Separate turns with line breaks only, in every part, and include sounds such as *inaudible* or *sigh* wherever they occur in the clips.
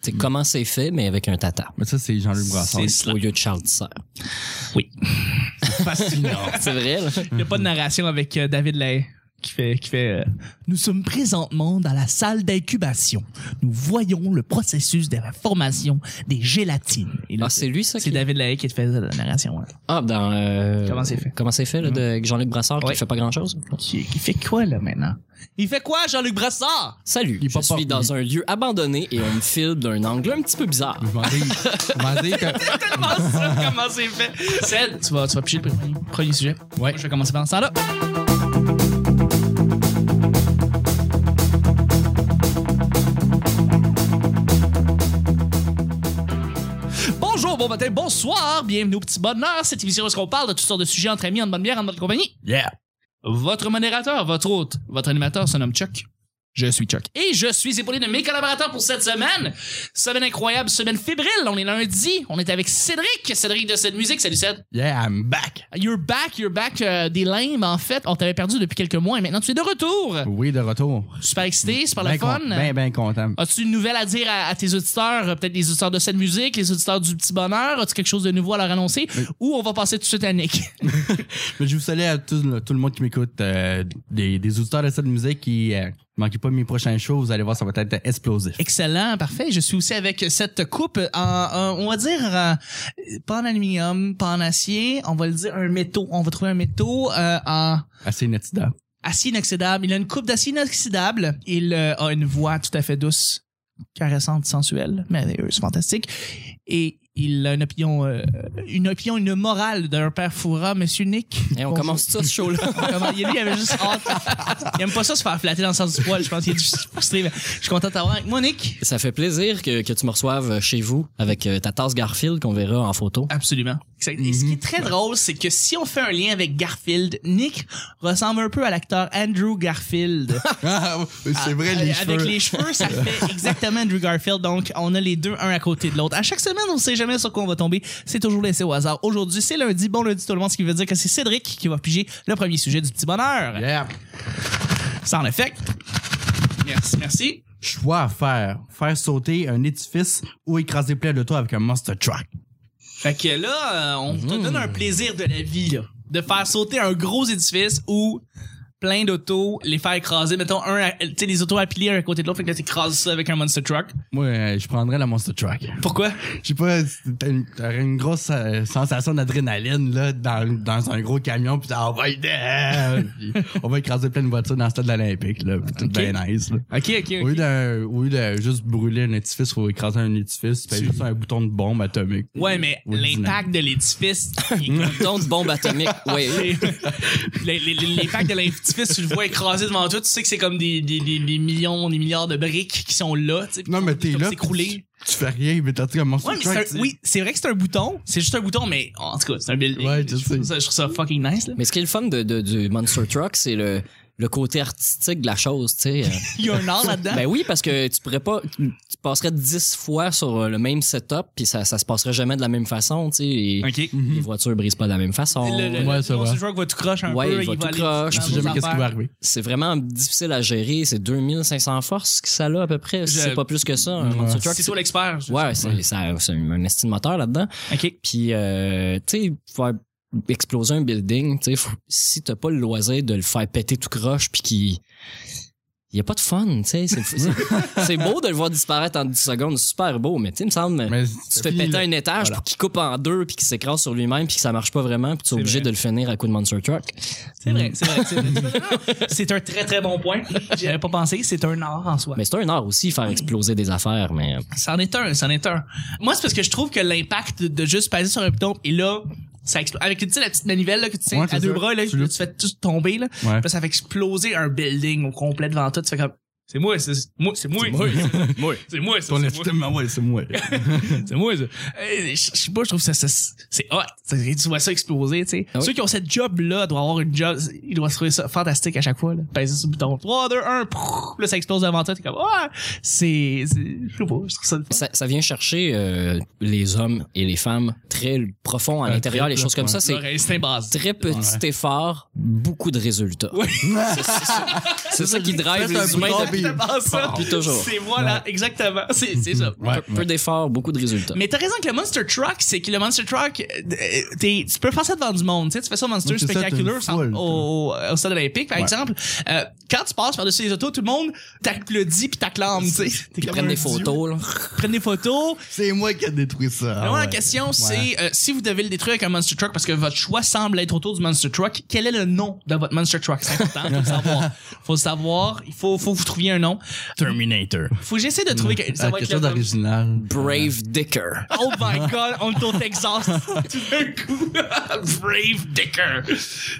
C'est comment c'est fait, mais avec un tata.
Mais ça, c'est Jean-Luc Brassard.
C'est cela.
Au lieu de Charles Tisser.
C'est fascinant.
C'est vrai, là?
Il n'y a pas de narration avec euh, David Lay qui fait, qui fait euh, Nous sommes présentement dans la salle d'incubation. Nous voyons le processus de la formation des gélatines. Et
*laughs*
là,
Ah, c'est lui, ça?
c'est
Qui...
David Lay qui fait la narration. hein.
Ah, dans... euh,
Comment c'est fait.
Comment c'est fait, Hum. là, de avec Jean-Luc Brassard,
Ouais.
qui fait pas grand-chose?
Qui, qui fait quoi, là, maintenant? Il fait quoi, Jean-Luc Brassard?
Salut,
Il est
je
pas
suis
porté.
dans un lieu abandonné et on me file d'un angle un petit peu *laughs* bizarre.
Je vais dire- je vais dire que-
Tellement ça, comment c'est fait? Celle, tu vas, tu vas piger le premier, premier sujet. Ouais. Je vais commencer par ça, là. Bonjour, bon matin, bonsoir, bienvenue au petit bonheur. Cette émission où est-ce qu'on parle de toutes sortes de sujets entre amis, en bonne bière, en bonne compagnie.
Yeah.
Votre modérateur, votre hôte, votre animateur se nomme Chuck. Je suis Chuck. Et je suis épaulé de mes collaborateurs pour cette semaine. Semaine incroyable, semaine fébrile. On est lundi. On est avec Cédric. Cédric de cette musique. Salut Céd.
Yeah, I'm back.
You're back, you're back euh, des limbes, en fait. On t'avait perdu depuis quelques mois et maintenant tu es de retour.
Oui, de retour.
Super excité, super
Ben
le fun. hein?
con- ben, ben content.
As-tu une nouvelle à dire à, à tes auditeurs, euh, peut-être les auditeurs de cette musique, les auditeurs du Petit Bonheur? As-tu quelque chose de nouveau à leur annoncer? Ou on va passer tout de suite à Nick?
Mais je vous salue à tout, le- tout le monde qui m'écoute, euh, des, des auditeurs de cette musique qui euh, manquez pas mes prochains shows, vous allez voir, ça va être explosif.
*laughs* Excellent, parfait. Je suis aussi avec cette coupe en, en- on va dire, euh, pas en aluminium, pas en acier, on va le dire un métaux. On va trouver un métaux euh, en
Assez
*laughs*
inattendu.
acier inoxydable. Il a une coupe d'acier inoxydable. Il euh, a une voix tout à fait douce, caressante, sensuelle, merveilleuse, fantastique. Et il a une opinion, euh, une opinion, une morale d'un père Foura, Monsieur Nick.
Et Eh, on
Bonjour.
commence
*laughs*
ça, ce show-là.
Comment- il, lui, il avait juste hâte. Il aime pas ça se faire flatter dans le sens du poil. Je pense qu'il est juste frustré. mais Je suis content d'avoir avec moi, Nick.
*laughs* Ça fait plaisir que, que tu me reçoives chez vous avec euh, ta tasse Garfield qu'on verra en *laughs* photo.
Absolument. Exact. Et ce qui est très
Mm-hmm.
drôle, c'est que si on fait un lien avec Garfield, Nick ressemble un peu à l'acteur Andrew Garfield.
c'est
Euh, Avec les cheveux, *laughs* ça fait exactement Andrew Garfield. Donc, on a les deux un à côté de l'autre. À chaque semaine, on sait jamais sur quoi on va tomber. C'est toujours laissé au hasard. Aujourd'hui, c'est lundi. Bon lundi tout le monde, ce qui veut dire que c'est Cédric qui va piger le premier sujet du petit bonheur.
Yeah.
Sans effet. Merci, merci.
Choix à faire. Faire sauter un édifice ou écraser plein de toi avec un monster truck.
Fait que là, euh, on te donne un plaisir de la vie, là. De faire sauter un gros édifice ou plein d'autos, les faire écraser. Mettons, un, à- tu sais, les autos à pilier un à côté de l'autre, fait que là, t'écrases ça avec un monster truck.
Moi, euh, je prendrais la monster truck.
Pourquoi?
Je sais pas, t'as une, t'aurais une grosse euh, sensation d'adrénaline là dans, dans un gros camion puis t'en vas
*laughs*
dedans, puis on va écraser plein de voitures dans le stade olympique là, puis tout bien nice. Là.
Ok, ok,
Au lieu d'un- au lieu de juste brûler un édifice ou écraser un édifice, tu fais juste un bouton de bombe atomique.
Ouais, mais
Ou de
l'impact de l'édifice, il
*laughs*
est comme- *laughs*
Donc, bombe atomique. Oui.
Les- les- les- l'impact de l'édifice, tu le vois écraser devant toi, tu sais que c'est comme des, des, des, des millions, des milliards de briques qui sont là, tu sais,
Non, mais t'es
comme
là.
s'écrouler.
puis Tu, tu fais rien, mais t'as dit un monster
Ouais, mais
truck,
c'est
tu-
un- oui, c'est vrai que c'est un bouton, c'est juste un bouton, mais en tout cas, c'est un building.
Ouais, je
je, trouve
sais.
ça, je trouve ça fucking
*laughs*
nice, là.
Mais ce qui est le fun de, de- du Monster Truck, c'est le, le côté artistique de la chose, tu sais. euh.
Il y a un art là-dedans. *laughs*
Ben oui, parce que tu pourrais pas, tu tu passerais 10 fois sur euh, le même setup puis ça, ça se passerait jamais de la même façon, tu sais. et
OK.
Les voitures brisent pas de la même façon.
Mhm. Le, le,
Ouais,
le
ça va.
Monster Truck va tout croche un
Ouais,
peu.
il va tout
aller
croche,
dans
Je sais
d'autres
jamais qu'est-ce qui va
affaires.
arriver.
C'est vraiment difficile à gérer. C'est 2500 forces que ça a à peu près.
Je-
C'est pas plus que ça. Un
Ouais.
Monster Truck,
C'est toi l'expert. je-
Ouais, c'est ça- c'est un estimateur là-dedans.
OK.
Puis, euh, tu sais, faire exploser un building, tu sais, faut- si t'as pas le loisir de le faire péter tout croche, puis qu'il il y a pas de fun, tu sais. C'est- C'est c'est beau de le voir disparaître en 10 secondes, c'est super beau, mais tu sais, il me semble,
Mais
tu
c'est
fais
fini,
péter
là.
un étage
Voilà.
pour qu'il coupe en deux, puis qu'il s'écrase sur lui-même, puis que ça marche pas vraiment, puis tu es
C'est
obligé
vrai.
de le finir à coup de Monster Truck.
C'est vrai, c'est vrai. c'est
*laughs*
vrai. C'est un très, très bon point. J'y avais pas pensé. C'est un art en soi.
Mais c'est un art aussi, faire exploser des affaires, mais... euh,
C'en est un, c'en est un. Moi, c'est parce que je trouve que l'impact de- de juste passer sur un bouton et là, ça explose. Avec, tu sais, la petite manivelle là, que tu tiens
Ouais,
à
c'est ça.
deux bras, là,
Tu
tu,
le-
tu fais tout tomber, là.
Ouais.
Puis ça fait exploser un building au complet devant toi. Tu fais comme, c'est moi, c'est c'est moi, c'est moi. C'est moi, *laughs* c'est moi,
*laughs*
ça,
Ton
c'est moi.
estime, ouais, c'est
*laughs*
moi.
C'est moi, ça. Euh, Je je sais pas, je trouve ça, ça- c'est hot. C'est- Tu vois ça exploser, tu sais.
Ah oui?
Ceux qui ont cette job-là doivent avoir une job, ils doivent trouver ça fantastique à chaque fois, là. Peser sur le bouton. 3, 2, 1, là, ça explose devant toi, t'es comme, ah! C'est, c'est- je sais pas, je trouve ça le fun.
ça, ça vient chercher euh, les hommes et les femmes très profond à
Un
l'intérieur, les
trip,
choses comme
ouais.
ça. C'est
Leur instinct basique.
très petit effort, beaucoup de résultats.
Oui.
C'est- c'est- C'est ça qui drive
Faites un
les humains
bouton,
depuis
puis
exactement ça.
Puis toujours.
C'est voilà, exactement. C'est c'est ça.
Ouais,
Peu d'efforts, beaucoup de résultats.
Mais t'as raison que le Monster Truck, c'est que le Monster Truck, euh, t'es- tu peux faire ça devant du monde. tu sais, tu fais ça au Monster
Oui, c'est ça, t'as
Spectacular
une foule,
au, au, au stade olympique, par
Ouais.
exemple. Euh, quand tu passes par-dessus les autos, tout le monde t'applaudit puis t'acclame. tu sais. T'es
Ils
comme
prennent
un
des
dieu.
photos, là.
Prennent des photos.
C'est moi qui ai détruit ça.
Vraiment,
Ah ouais.
la question, c'est euh, si vous devez le détruire avec un Monster Truck parce que votre choix semble être autour du Monster Truck, quel est le nom de votre Monster Truck? C'est important, faut
*laughs*
le savoir. Faut le savoir, il faut, faut que vous trouviez un nom.
Terminator.
Faut que j'essaie de trouver que, ça
Ah,
va être
quelque
le
chose
nom.
d'original.
Brave Dicker.
Oh *laughs* my god, on est au Texas tout *laughs* d'un coup. *laughs* Brave Dicker.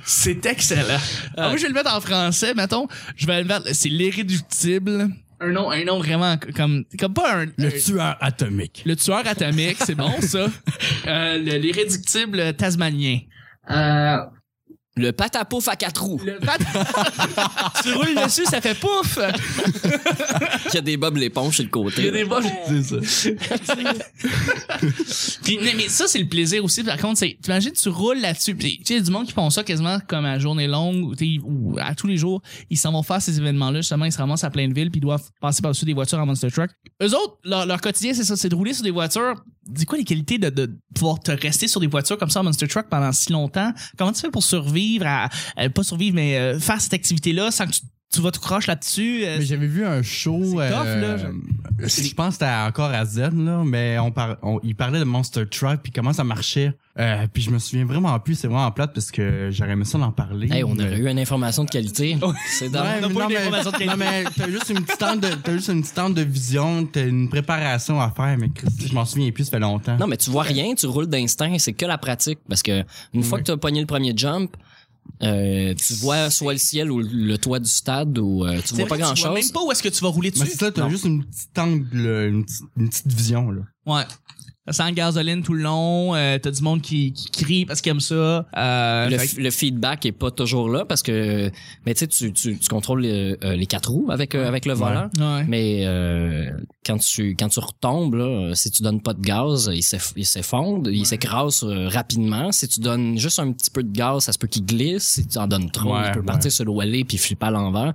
C'est excellent. Ah, moi, je vais le mettre en français, mettons. Je vais le mettre, c'est l'irréductible. Un nom, un nom vraiment comme, comme pas un.
Le
un-
tueur atomique.
le tueur atomique, c'est bon ça. *laughs* Euh, le- L'irréductible tasmanien. Euh,
Le patapouf à quatre roues.
le pat... *laughs* tu roules dessus, ça fait pouf!
Il y a des bobs l'éponge sur le
Il y a
côté.
des bols.
C'est ça.
*laughs* Puis, mais, mais ça, c'est le plaisir aussi. Par contre, c'est, t'imagines, tu roules là-dessus. Puis, tu sais, du monde qui font ça quasiment comme à journée longue ou, t'sais, ou à tous les jours. Ils s'en vont faire ces événements-là. Justement, ils se ramassent à pleine ville puis ils doivent passer par-dessus des voitures en monster truck. Eux autres, leur, leur quotidien, c'est ça, c'est de rouler sur des voitures. Dis quoi les qualités de, de pouvoir te rester sur des voitures comme ça en monster truck pendant si longtemps? Comment tu fais pour survivre à, euh, pas survivre, mais euh, faire cette activité-là sans que tu, tu vas te croche là-dessus? euh,
Mais j'avais vu un show.
C'est tough,
euh,
là.
Je pense que c'était encore à Z, là, mais on par... on... il parlait de Monster Truck puis comment ça marchait. Euh, puis je me souviens vraiment plus, c'est vraiment plate parce que j'aurais aimé ça d'en parler.
Hey, on aurait
euh,
Mais-
eu une information de
*laughs*
qualité. C'est
Ouais,
dingue.
On
mais
a pas eu
non, mais,
d'information de qualité.
non, mais t'as juste une petite tente de, t'as juste une petite tente de vision, t'as une préparation à faire, mais Christy, je m'en souviens plus, ça fait longtemps.
Non, mais tu vois rien, tu roules d'instinct, c'est que la pratique. Parce que une fois que tu as pogné le premier jump, euh, tu vois soit le ciel ou le toit du stade ou euh, tu
c'est
vois pas
vrai que
grand
tu vois même
chose.
pas où est-ce que tu vas rouler
Mais
dessus.
c'est ça, t'as
Non.
juste une petite angle, une, petite- une petite vision, là.
Ouais. Ça sent la gasoline tout le long. euh, T'as du monde qui, qui crie parce qu'il aime ça. Euh,
Le,
fait que-
f- le feedback est pas toujours là parce que mais tu sais tu, tu, tu contrôles les, euh, les quatre roues avec euh, avec le volant
Ouais.
mais euh, quand tu quand tu retombes là, si tu donnes pas de gaz il s'eff- il s'effondre il s'écrase euh, rapidement si tu donnes juste un petit peu de gaz ça se peut qu'il glisse si tu en donnes trop
Ouais,
il peut
ouais.
partir sur le wallet puis flipper à l'envers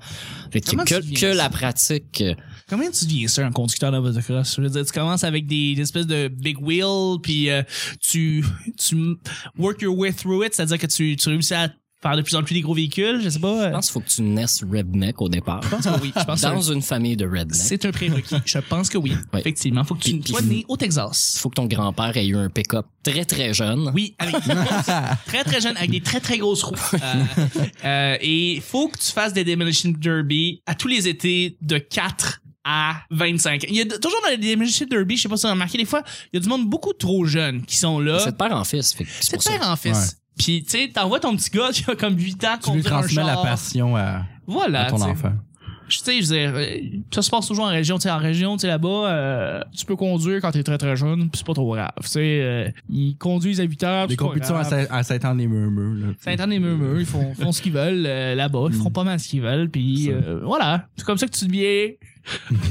Fait que,
Comment tu
que,
deviens
que
ça?
la pratique euh,
Comment tu deviens ça, un conducteur de motocross? Je veux dire, tu commences avec des, des espèces de big wheel, puis euh, tu, tu m- work your way through it, c'est-à-dire que tu, tu réussis à faire de plus en plus des gros véhicules, je sais pas. euh,
je pense qu'il faut que tu naisses redneck au départ
je pense que oui. Je pense que
dans une famille de redneck
c'est un prérequis. Je pense que oui.
Ouais.
Effectivement, faut que tu
Puis-
sois
puis-
né au Texas.
il faut que ton grand-père ait eu un pick-up très très jeune
Oui, avec très très jeune, avec des très très grosses roues. Euh, euh, et il faut que tu fasses des Demolition Derby à tous les étés de 4 à 25. Il y a de- toujours dans les Demolition Derby, je sais pas si vous avez remarqué, des fois, il y a du monde beaucoup trop jeune qui sont là.
c'est de père en fils fait que c'est
C'est
pour
de
ça
père en fils.
Ouais.
Puis, tu sais, t'envoies ton petit gars qui a comme 8 ans
Tu lui
conduire un
transmets la
char.
passion à, à
Voilà,
ton
Bah, tu sais.
enfant.
Je- Tu sais, je veux dire, euh, ça se passe toujours en région. Tu sais, en région, tu sais, là-bas, euh, tu peux conduire quand t'es très très jeune, puis c'est pas trop grave. Tu sais, euh, ils conduisent à 8 heures.
Les
c'est pas
compétitions à Saint-
grave.
à Saint-Anne des Murmures, là.
Saint-Anne et Murmur, ils font, font ce qu'ils veulent euh, là-bas, ils font pas mal ce qu'ils veulent, puis euh, voilà. C'est comme ça que tu deviens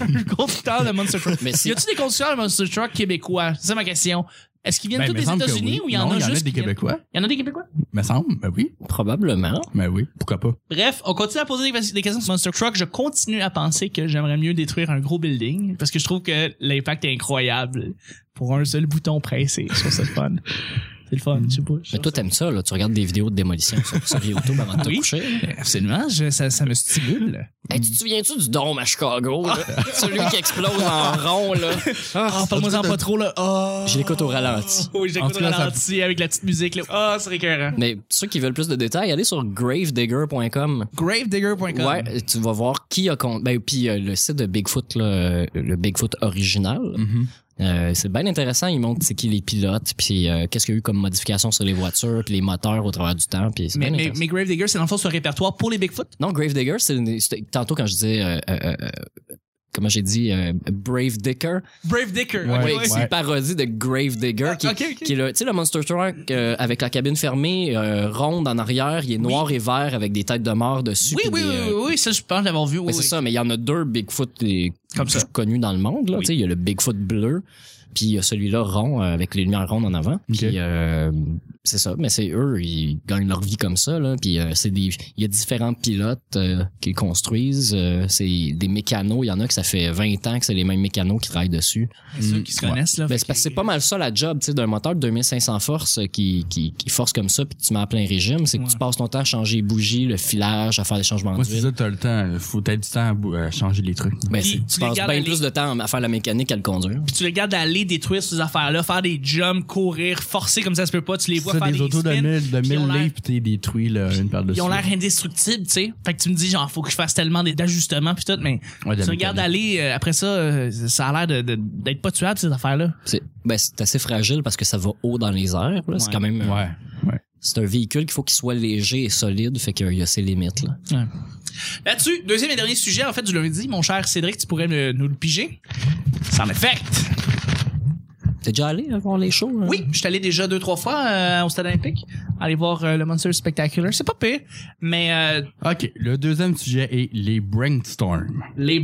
le *laughs* conducteur de Monster Truck.
Mais si-
Y a-tu des conducteurs de Monster Truck québécois? C'est ça ma question. Est-ce qu'ils viennent
Ben,
tous
me
des
semble que
États-Unis
oui.
ou il y en
Non,
a
Il y en a
juste?
des
qui viennent-
Québécois.
Il y en a des Québécois?
Me semble, ben oui.
probablement
Ben oui, pourquoi pas.
Bref, on continue à poser des- des questions sur Monster Truck. Je continue à penser que j'aimerais mieux détruire un gros building parce que je trouve que l'impact est incroyable pour un seul bouton pressé. Je trouve ça le fun. C'est le fun, je sais pas. je
Mais toi, t'aimes ça, là. Tu regardes des vidéos de démolition sur, sur YouTube avant de te
Oui.
coucher.
Absolument, je- ça, ça me stimule.
Hey, tu te souviens-tu du dôme à Chicago, là? *laughs* Celui qui explose en rond, là.
Ah, parle-moi-en pas trop, là. Ah.
Je l'écoute au ralenti.
*laughs* Oui, j'écoute
En
au
tout cas, ça-
ralenti avec la petite musique, là. Ah, c'est récurrent.
Mais ceux qui veulent plus de détails, allez sur gravedigger.com.
Gravedigger.com.
Ouais, tu vas voir qui a compte. Ben, puis euh, le site de Bigfoot, là, euh, le Bigfoot original.
Mm-hmm.
euh, c'est bien intéressant, ils montrent c'est qui les pilotes, puis euh, qu'est-ce qu'il y a eu comme modification sur les voitures, puis les moteurs au travers du temps, puis c'est
Mais,
bien
mais,
intéressant.
mais Gravedigger, c'est dans le fond, c'est un répertoire pour les Bigfoot.
Non, Gravedigger, c'est une- c'était- tantôt quand je disais, euh, euh, euh, comment j'ai dit, euh, Brave Dicker,
Brave Dicker.
Ouais,
Oui,
ok, ouais.
c'est une parodie de Grave Digger qui,
Ah, ok, ok.
qui est le, tu sais, le Monster Truck euh, avec la cabine fermée, euh, ronde en arrière, il est noir et vert avec des têtes de mort dessus.
Oui,
puis
oui,
des,
oui,
euh,
oui, oui, ça, je pense l'avoir vu.
mais
Oui,
c'est
oui.
ça, mais il y en a deux Bigfoot les
Comme
plus
ça.
connus dans le monde. Là,
Oui.
Tu sais, Il y a le Bigfoot bleu, puis il y a celui-là rond euh, avec les lumières rondes en avant. Puis,
Ok.
euh, c'est ça, mais c'est eux, ils gagnent leur vie comme ça, là. Puis euh, c'est des, il y a différents pilotes euh, qui construisent. euh, c'est des mécanos. Il y en a que ça fait 20 ans que c'est les mêmes mécanos qui travaillent dessus.
C'est Ceux qui
Mm,
se
Ouais.
connaissent, là.
Ben, c'est parce que c'est pas mal ça la job, tu sais, d'un moteur de 2500 forces euh, qui, qui, qui force comme ça puis que tu mets à plein régime, c'est que
Ouais.
tu passes ton temps à changer les bougies, le filage, à faire des changements
Moi, c'est
d'huile.
ça, t'as le temps. là. Faut t'as du temps à bou- à changer les trucs.
Ben,
Puis
c'est-
tu
tu
les
passes bien
gardes aller.
plus de temps à faire la mécanique qu'à le conduire.
Puis tu les regardes aller détruire ces affaires-là, faire des jumps, courir, forcer comme ça se peut pas. Tu les vois
Ça,
faire
des
des,
autos de
spins,
1000 de
puis ils ont
1000
l'air-
livres, pis t'es détruit, là, une paire de
Ils ont l'air indestructibles, tu sais. Fait que tu me dis, genre, faut que je fasse tellement d- d'ajustements, puis tout, mais
Ouais, de la
tu regardes aller, euh, après ça, euh, ça a l'air de- de- d'être pas tuable, ces affaires-là.
C'est ben, c'est assez fragile parce que ça va haut dans les airs. là. C'est
Ouais.
quand même euh,
Ouais. ouais.
c'est un véhicule qu'il faut qu'il soit léger et solide, fait qu'il y a ses limites. Là.
Là-dessus, deuxième et dernier sujet, en fait, du lundi, mon cher Cédric, tu pourrais me- nous le piger. Ça m'affecte.
T'es déjà allé euh, voir les shows? hein?
Oui, je suis allé déjà deux, trois fois euh, au Stade olympique, aller voir euh, le Monster Spectacular. C'est pas pire, mais euh,
OK. Le deuxième sujet est les brainstorms.
les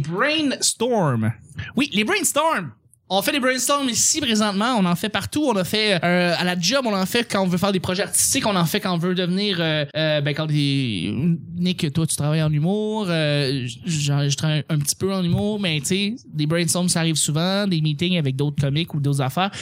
brainstorms. Oui, les brainstorms. On fait des brainstorms ici présentement, on en fait partout, on en fait euh, à la job, on en fait quand on veut faire des projets artistiques, on en fait quand on veut devenir euh, euh, ben quand des Nick toi tu travailles en humour, euh, j- j'en- je travaille un petit peu en humour, mais tu sais des brainstorms ça arrive souvent, des meetings avec d'autres comiques ou d'autres affaires.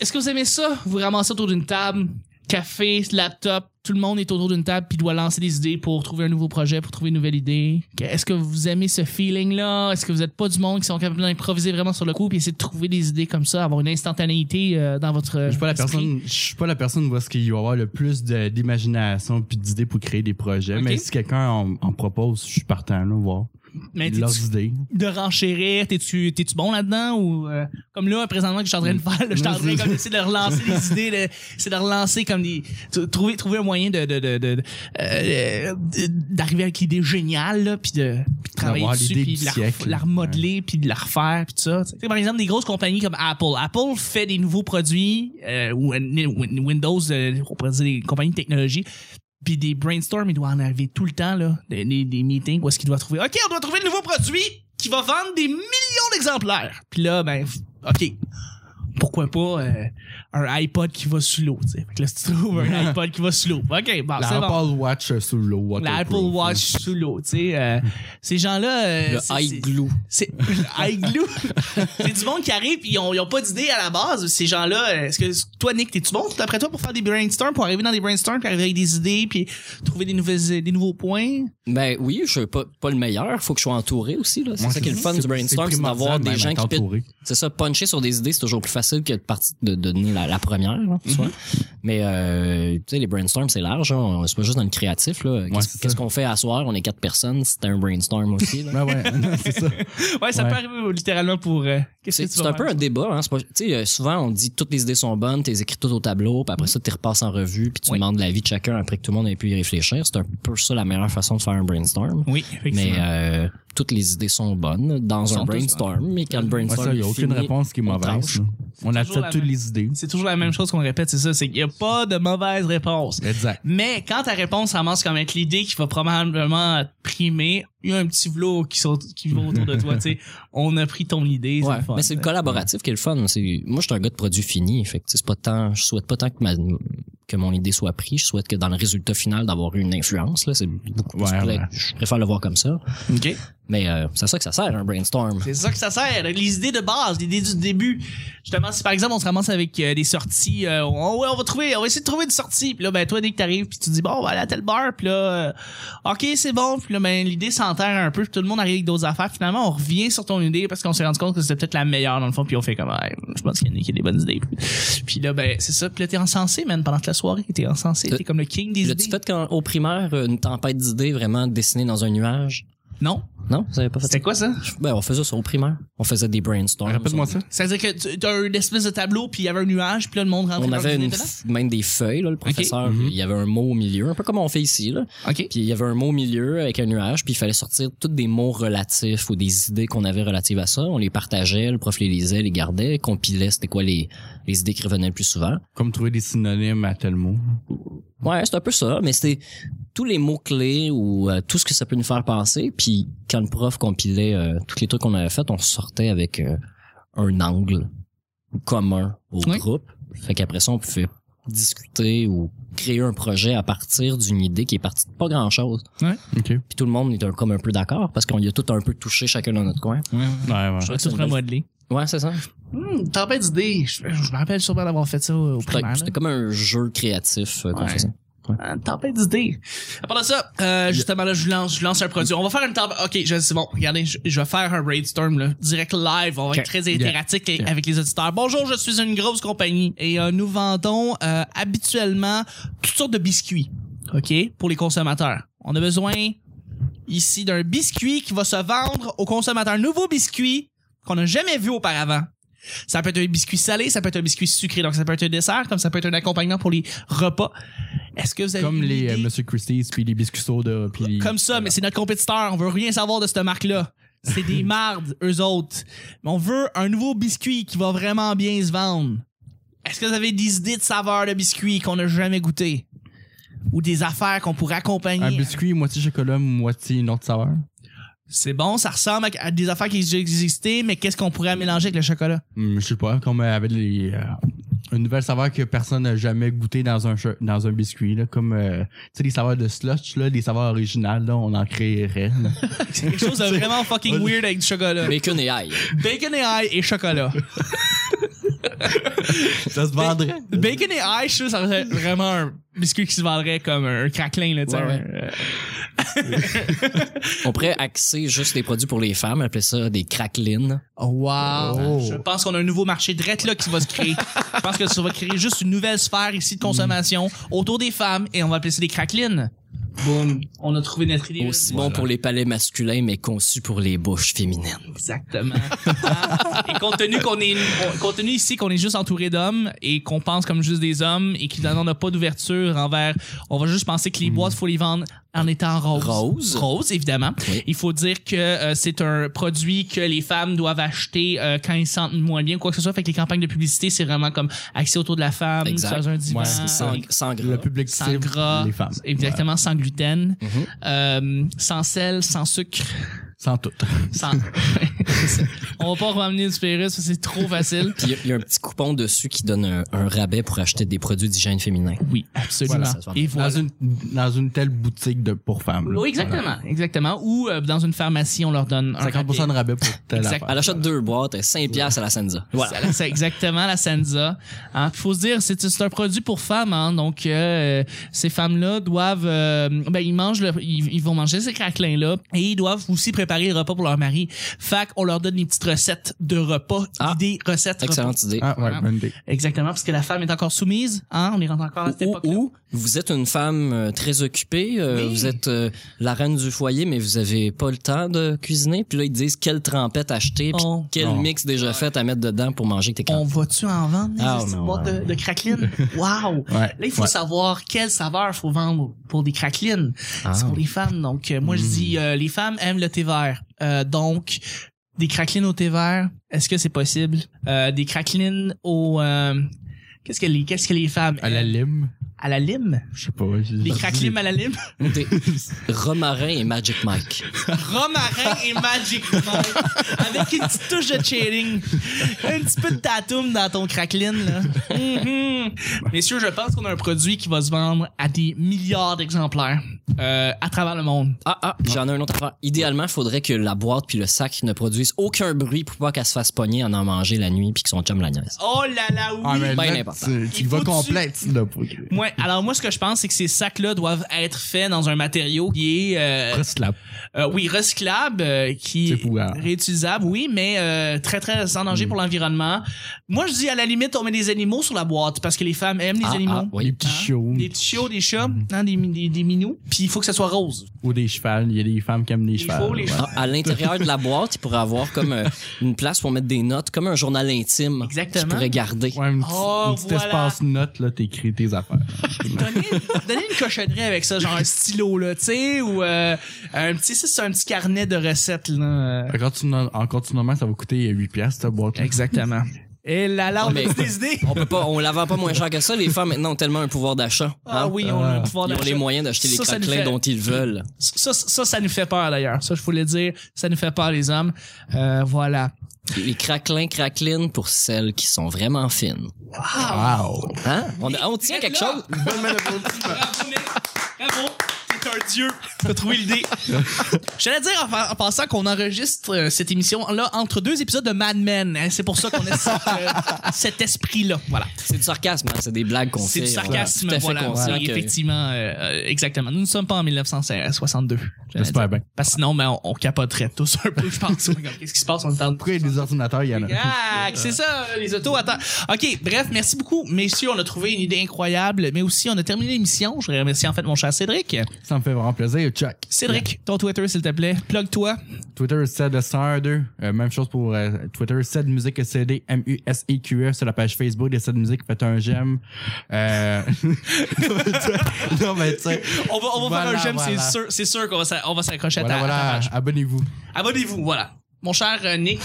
Est-ce que vous aimez ça Vous ramassez autour d'une table, café, laptop, tout le monde est autour d'une table puis doit lancer des idées pour trouver un nouveau projet, pour trouver une nouvelle idée. Que- Est-ce que vous aimez ce feeling-là? Est-ce que vous êtes pas du monde qui sont capables d'improviser vraiment sur le coup puis essayer de trouver des idées comme ça, avoir une instantanéité euh, dans votre.
Je suis pas la personne, je suis pas la personne où est-ce qu'il va y avoir le plus de- d'imagination puis d'idées pour créer des projets.
Ok.
Mais si quelqu'un en, en propose, je suis partant, là, voir
Mais t'es-tu-
leurs idées.
de renchérir, t'es-tu t'es-tu bon là-dedans ou euh, comme là présentement que je suis en
Mm.
train de faire, là, je suis
*laughs*
en train comme d'essayer de relancer des idées, de- c'est de relancer comme des tr- trouver trouver un moyen de de de, de- de, euh, de- d'arriver avec l'idée géniale là, puis de puis de travailler
D'avoir
dessus
l'idée
puis
du
de la, ref-
siècle.
la remodeler puis de la refaire puis tout ça. Tu sais, par exemple des grosses compagnies comme Apple, Apple fait des nouveaux produits euh, ou euh, Win- Windows, euh, on pourrait dire des compagnies de technologie puis des brainstorms, il doit en arriver tout le temps, là. Des, des- des meetings où est-ce qu'il doit trouver. OK, on doit trouver le nouveau produit qui va vendre des millions d'exemplaires. Puis là, ben, f- OK. Pourquoi pas euh, un iPod qui va sous l'eau, tu sais. Fait que là, si tu
*laughs*
trouves un iPod qui va sous l'eau. OK, bon,
Ah,
La
c'est
Apple
bon.
Watch euh, sous l'eau.
L'Apple
waterproof,
Watch sous l'eau, tu sais. euh, ces gens-là. euh,
Le
c'est- c'est-
high glue.
c'est *laughs* Aiglou. *laughs* c'est du monde qui arrive puis ils ont, ils ont pas d'idée à la base. Ces gens-là, euh, est-ce que toi, Nick, t'es-tu bon tout après toi pour faire des brainstorms, pour arriver dans des brainstorms, puis arriver avec des idées, puis trouver des, nouvelles, euh, des nouveaux points?
Ben oui, je suis pas, pas le meilleur, faut que je sois entouré aussi. là. C'est
Moi,
ça qui est le fun du
c'est
brainstorm, c'est
primordial,
d'avoir des
même,
gens
être
qui pètent
entouré.
C'est ça, puncher sur des idées, c'est toujours plus facile que de, partir de, de donner la, la première. là,
Mhm.
tu vois. Mais euh, tu sais, les brainstorms, c'est large. hein. On- C'est pas juste dans le créatif. là.
Ouais,
Qu'est-ce
c'est ça.
qu'est-ce qu'on fait à soir? On est quatre personnes, c'est un brainstorm aussi. là.
*laughs* Ouais, Ben ouais, c'est ça.
Ouais, ça
Ouais.
peut arriver euh, littéralement pour. euh, Qu'est-ce
C'est
que tu
c'est
vas
un peu
faire?
un débat. Hein? C'est pas- tu sais, euh, souvent, on dit toutes les idées sont bonnes, tu les écris toutes au tableau, puis après ça, tu les repasses en revue, puis tu
Oui.
demandes l'avis de chacun après que tout le monde ait pu y réfléchir. C'est un peu ça la meilleure façon de faire un brainstorm.
Oui,
Mais
effectivement.
euh, toutes les idées sont bonnes dans
Sont
un
tous
brainstorm, mais quand le
Ouais,
brainstorm
ça, il n'y a
est
aucune
fini,
réponse qui est
on
mauvaise.
tranche.
là. On
toujours la
accepte toutes
même.
les idées.
C'est toujours la même chose qu'on répète, c'est ça, c'est qu'il n'y a pas de mauvaise réponse.
Exact.
Mais quand ta réponse commence comme être l'idée qui va probablement primer, il y a un petit vlog qui, sont, qui va autour de toi, tu sais. On a pris ton idée, c'est
Ouais,
le fun.
mais c'est le collaboratif qui est le fun. C'est- Moi, je suis un gars de produit fini. Fait que, tu sais, c'est pas tant, je souhaite pas tant que, ma- que mon idée soit prise. Je souhaite que dans le résultat final d'avoir eu une influence. Là, c'est beaucoup plus
Ouais,
près-
ouais.
Je préfère le voir comme ça.
OK.
Mais euh, c'est à ça que ça sert, un brainstorm.
C'est ça que ça sert, les idées de base, les idées du début. Justement, si par exemple on se ramasse avec euh, des sorties, euh, on, ouais, on va trouver, on va essayer de trouver des sorties. Puis là, ben toi, dès que t'arrives, puis tu dis bon, on va aller à tel bar, puis là, euh, ok, c'est bon. Puis là, ben l'idée s'enterre un peu, puis tout le monde arrive avec d'autres affaires. Finalement, on revient sur ton idée parce qu'on s'est rendu compte que c'était peut-être la meilleure dans le fond. Puis on fait comme, Hey, je pense qu'il y en a qui a des bonnes idées. Puis là, ben c'est ça. Puis là, t'es encensé, man, pendant toute la soirée, t'es encensé. T'es comme le king des
L'as-tu
idées.
fait quand, au primaire euh, une tempête d'idées vraiment dessinée dans un nuage?
Non,
Non, vous avez pas fait ça?
c'était quoi ça?
Ben, on faisait ça au primaire. On faisait des brainstorms.
Répète-moi ça.
C'est-à-dire que tu- t'as une espèce de tableau, puis il y avait un nuage, puis là, le monde rentrait
On
dans
avait
cette
une,
idée-là?
même des feuilles, là, le professeur.
Mhm.
Il y avait un mot au milieu, un peu comme on fait ici. Là.
OK.
Puis il y avait un mot au milieu avec un nuage, puis il fallait sortir tous des mots relatifs ou des idées qu'on avait relatives à ça. On les partageait, le prof les lisait, les gardait, compilait c'était quoi les, les idées qui revenaient le plus souvent.
Comme trouver des synonymes à tel mot.
Ouais, c'est un peu ça, mais c'était tous les mots-clés ou euh, tout ce que ça peut nous faire penser. Puis quand le prof compilait euh, tous les trucs qu'on avait fait, on sortait avec euh, un angle commun au
Oui.
groupe. Fait qu'après ça, on pouvait discuter ou créer un projet à partir d'une idée qui est partie de pas grand chose.
OK. Ouais,
Puis tout le monde est un- comme un peu d'accord parce qu'on y a tout un peu touché chacun dans notre coin.
ouais.
Je trouve que c'est
Tout
une belle-
remodelé.
Ouais, c'est ça.
Hum, t'as pas d'idées. Je, je me rappelle sûrement d'avoir fait ça au
C'était
primaire. là.
c'était comme un jeu créatif euh, qu'on
Ouais.
faisait.
Ah, Une tempête d'idées. À part de ça, euh, justement, là, je lance, je lance un produit. On va faire une tempête. Ok, je- c'est bon. Regardez, je, je vais faire un brainstorm, là. Direct live. On va être
Ok.
très interactif avec- avec les auditeurs. Bonjour, je suis une grosse compagnie. Et euh, nous vendons euh, habituellement toutes sortes de biscuits. OK? Pour les consommateurs. On a besoin ici d'un biscuit qui va se vendre aux consommateurs. Un nouveau biscuit qu'on n'a jamais vu auparavant. Ça peut être un biscuit salé, ça peut être un biscuit sucré, donc ça peut être un dessert, comme ça peut être un accompagnement pour les repas. Est-ce que vous avez
Comme
une
les
idée?
euh, Monsieur Christie's, puis les biscuits soda, puis les-
Comme ça, mais c'est notre compétiteur. On veut rien savoir de cette marque-là. C'est des mardes, eux autres. Mais on veut un nouveau biscuit qui va vraiment bien se vendre. Est-ce que vous avez des idées de saveurs de biscuits qu'on n'a jamais goûté? Ou des affaires qu'on pourrait accompagner?
Un biscuit moitié chocolat, moitié une autre saveur.
C'est bon, ça ressemble à- à des affaires qui existaient, mais qu'est-ce qu'on pourrait mélanger avec le chocolat?
Hum, je sais pas, comme euh, avec les, euh, une nouvelle saveur que personne n'a jamais goûté dans un che- dans un biscuit, là, comme euh, tu sais les saveurs de slush, là, les saveurs originales, là, on en créerait. là.
C'est quelque chose de vraiment fucking weird avec du chocolat.
Bacon et ail.
Bacon et ail et chocolat.
*laughs* ça se vendrait.
Bacon et ail, je suis sûr, ça serait vraiment un biscuit qui se vendrait comme un craquelin, là, tu sais.
Ouais, ouais.
Euh,
On pourrait axer juste les produits pour les femmes, appeler ça des craquelines.
Oh, wow.
Oh.
Je pense qu'on a un nouveau marché direct là qui va se créer. je pense que ça va créer juste une nouvelle sphère ici de consommation autour des femmes et on va appeler ça des craquelines. Boum, on a trouvé notre idée.
Aussi bon pour les palais masculins, mais conçu pour les bouches féminines.
Exactement. et compte tenu qu'on est, on- compte tenu ici qu'on est juste entouré d'hommes et qu'on pense comme juste des hommes et qu'on n'a pas d'ouverture envers, on va juste penser que les boîtes faut les vendre en étant rose.
Rose.
Rose, évidemment.
Oui.
Il faut dire que euh, c'est un produit que les femmes doivent acheter euh, quand ils se sentent moins bien, quoi que ce soit. Fait que les campagnes de publicité, c'est vraiment comme axé autour de la femme,
Exact.
Mmh, dans un divan,
Ouais,
Sans- sans, sans gras.
Le public
sans
cible,
gras,
les femmes.
exactement, sans gluten,
Mhm.
euh, sans sel, sans sucre.
Ouais, sans
*laughs*
tout.
Sans- on va pas ramener du Spirus, c'est trop facile.
Puis il y a- il y, a un petit coupon dessus qui donne un, un rabais pour acheter des produits d'hygiène féminin.
Oui, absolument.
Voilà, ça se vend.
Et voilà.
Dans une dans une telle boutique de pour femmes. là.
Oui, exactement, exactement. Ou euh, dans une pharmacie, on leur donne un
50% de rabais pour telle
Exact.
affaire.
Elle achète deux boîtes, 5 piastres à la Senza. Voilà.
C'est- C'est exactement la Senza. Il faut se dire, c'est c'est un produit pour femmes, hein, donc euh, ces femmes-là doivent, euh, ben ils mangent, le- ils, ils vont manger ces craquelins là, et ils doivent aussi préparer le repas pour leur mari. Fait qu'on leur donne des petites recettes de repas,
Ah.
des recettes. repas.
Excellente idée.
Ah ouais, bonne idée.
Exactement, parce que la femme est encore soumise, hein, on est rentre encore à cette
Ou,
époque.
ou vous êtes une femme euh, très occupée, euh,
Oui.
vous êtes euh, la reine du foyer, mais vous avez pas le temps de cuisiner. Puis là, ils te disent quelle trempette acheter, puis
Oh.
quel
Oh.
mix déjà fait à mettre dedans pour manger tes
On
crampes.
va-tu en vendre des
Ah,
petites
non,
boîtes
non.
de, de craquelines? Wow!
Ouais.
Là, il faut
Ouais.
savoir quelle saveur faut vendre pour des craquelines.
Ah.
C'est pour les femmes. Donc, euh, moi, je dis, euh, les femmes aiment le thé vert. Euh, donc, des craquelines au thé vert, est-ce que c'est possible? Euh, des craquelines au... euh, qu'est-ce, que les, qu'est-ce que les femmes
À la
aiment?
lime, Bah,
À la lime?
je sais pas.
Les craquelines à la lime?
Des romarin et Magic Mike.
Romarin et Magic Mike. Avec une petite touche de shading. Un petit peu de tatoum dans ton craqueline, là. Mhm. Messieurs, je pense qu'on a un produit qui va se vendre à des milliards d'exemplaires euh, à travers le monde.
Ah, ah, j'en ai un autre affaire. Idéalement, faudrait que la boîte puis le sac ne produisent aucun bruit pour pas qu'elle se fasse pogner en en manger la nuit puis que son chum la niaise.
Oh là là, oui!
Ah, mais
Ben
là,
important.
tu, tu
Il
vas
faut-tu-
complète, là, pour...
Ouais, alors moi ce que je pense c'est que ces sacs-là doivent être faits dans un matériau qui est euh,
Slap.
euh, oui recyclable, euh, qui
C'est Mm.
est
pouvable.
réutilisable, oui, mais euh, très très sans danger pour l'environnement. Moi je dis à la limite on met des animaux sur la boîte parce que les femmes aiment les
Ah,
animaux.
ah, oui.
Les petits
Hein?
chiots.
Des petits chiots, des chats, hein, des, mi- des, des minous. Puis il faut que ça soit rose.
Ou des chevals. Il y a des femmes qui aiment les
Il
chevals.
faut les
ouais.
chevals.
Ah, à l'intérieur de la boîte, il pourrait avoir comme euh, une place pour mettre des notes, comme un journal intime.
Exactement.
Qu'il pourrait garder.
Ouais, une, petite-
Oh,
une petite
voilà.
espace note, là, t'écris tes affaires.
*laughs* Donnez, donnez une cochonnerie avec ça, genre un stylo, là, tu sais, ou euh, un petit, ça, c'est un petit carnet de recettes, là.
en, continu- en continuant, ça va coûter 8 piastres, cette boîte
Exactement. Et là, là, Ah, on a
Mais-
des idées.
On peut pas, on la vend pas moins cher que ça. Les femmes maintenant ont tellement un pouvoir d'achat. hein.
Ah oui, on a un
Ah.
pouvoir
Ils ont
d'achat.
les moyens d'acheter les
Ça, ça nous
craquelins
fait-
dont ils veulent.
Ça, ça, ça nous fait peur d'ailleurs. Ça, je voulais dire, ça nous fait peur les hommes. Euh, voilà.
Les craquelins, craquelines pour celles qui sont vraiment fines.
Wow!
Hein? On, a- on tient
Et
quelque
là!
chose?
Bravo, Nick. Bravo. T'es un dieu. T'as trouvé l'idée. J'allais dire en, fa- en passant qu'on enregistre euh, cette émission-là entre deux épisodes de Mad Men. hein. C'est pour ça qu'on a cette, euh, cet esprit-là. Voilà.
C'est du sarcasme, hein? c'est des blagues qu'on
C'est
fait.
du
on est
sarcasme.
tout à fait
Voilà.
conscient
C'est
que-
Effectivement, euh, euh, exactement. Nous ne sommes pas en 1962. j'allais dire.
J'espère bien.
Parce que sinon, ben, on, on capoterait tous un peu, je pense. Comme, Qu'est-ce qui se passe? On est en
Pourquoi il y a des ordinateurs, il y en a?
Ah, c'est ça, les autos. Attends. OK, bref, merci beaucoup, messieurs. On a trouvé une idée incroyable, mais aussi, on a terminé l'émission. Je voudrais remercier en fait mon cher Cédric.
Ça me fait vraiment plaisir. Chuck.
Cédric, ton Twitter, s'il te plaît. Plug-toi.
Twitter, c'est le 102. Euh, même chose pour euh, Twitter, c'est musique CD, M-U-S-E-Q-E, E sur la page Facebook de cette musique. Faites un j'aime. Euh... *laughs* non, mais tu sais.
On va, on va
Voilà,
faire un j'aime,
voilà.
c'est sûr, c'est sûr qu'on va, s'a- on va s'accrocher à
Voilà,
ta- à ta
voilà.
page.
Abonnez-vous.
Abonnez-vous, voilà. Mon cher euh, Nick,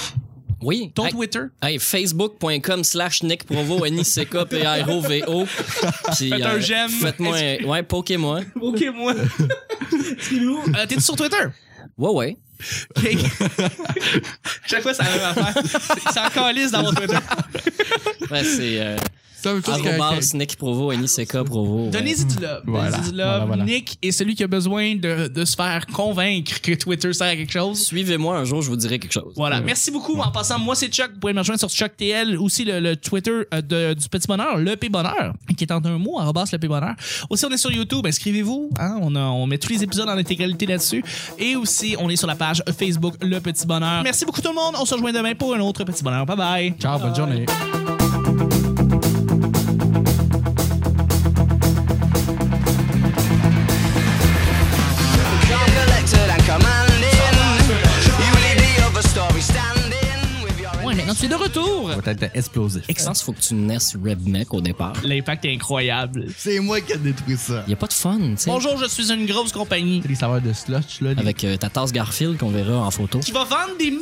Oui.
ton
Hey,
Twitter.
Hey, facebook.com slash Nick Provo, N-I-C-K,
*laughs*
P-R-O-V-O. Puis, euh,
Faites un j'aime.
Faites-moi un- Ouais, pokez-moi.
Ok, *laughs* moi. C'est nous. Euh, T'es-tu sur Twitter?
Ouais, ouais.
Ok. *laughs* Chaque fois, c'est la même affaire. C'est- C'est encore lisse dans mon Twitter.
Ouais, c'est euh,
Ça me
arrobas Nick Provo, N-I-C-K Provo. ouais.
Donnez-y du love.
Voilà.
Donnez-y du love.
Voilà, voilà.
Nick est celui qui a besoin de, de se faire convaincre que Twitter sert à quelque chose.
Suivez-moi un jour, je vous dirai quelque chose.
Voilà. Merci beaucoup. En passant, moi, c'est Chuck. Vous pouvez me rejoindre sur ChuckTL, aussi le, le Twitter euh, de- du Petit Bonheur, le P Bonheur, qui est en un mot, arrobas le P Bonheur. Aussi, on est sur YouTube. Inscrivez-vous. hein. On, a- on met tous les épisodes en intégralité là-dessus. Et aussi, on est sur la page Facebook, le Petit Bonheur. Merci beaucoup, tout le monde. On se rejoint demain pour un autre Petit Bonheur. Bye bye.
Ciao, bonne journée.
You're collected and commanding. You leave the other story standing with your.
Ouais, maintenant, tu es de retour.
Ça va être explosif.
Je pense qu'il faut que tu naisses Redneck au départ.
L'impact est incroyable.
C'est moi qui ai détruit ça.
Il a pas de fun, tu sais.
Bonjour, je suis une grosse compagnie.
Les saveurs de slotch, là. Avec
Avec euh, ta tasse Garfield qu'on verra en photo.
qui va vendre des millions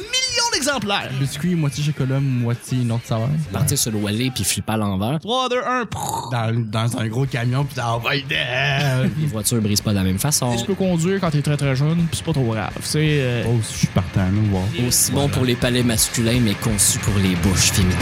d'exemplaires.
biscuit, moitié chocolat, moitié une autre saveur.
Partir sur le wallet puis flipper à l'envers.
3, 2, 1. prrr.
Dans, dans un gros camion, puis ça va être. euh,
Les voitures brisent pas de la même façon.
Tu peux conduire quand t'es très très jeune, pis c'est pas trop grave. C'est. euh,
Oh, je suis partant, là, wow.
Aussi bon pour les palais masculins, mais conçu pour les bouches féminines.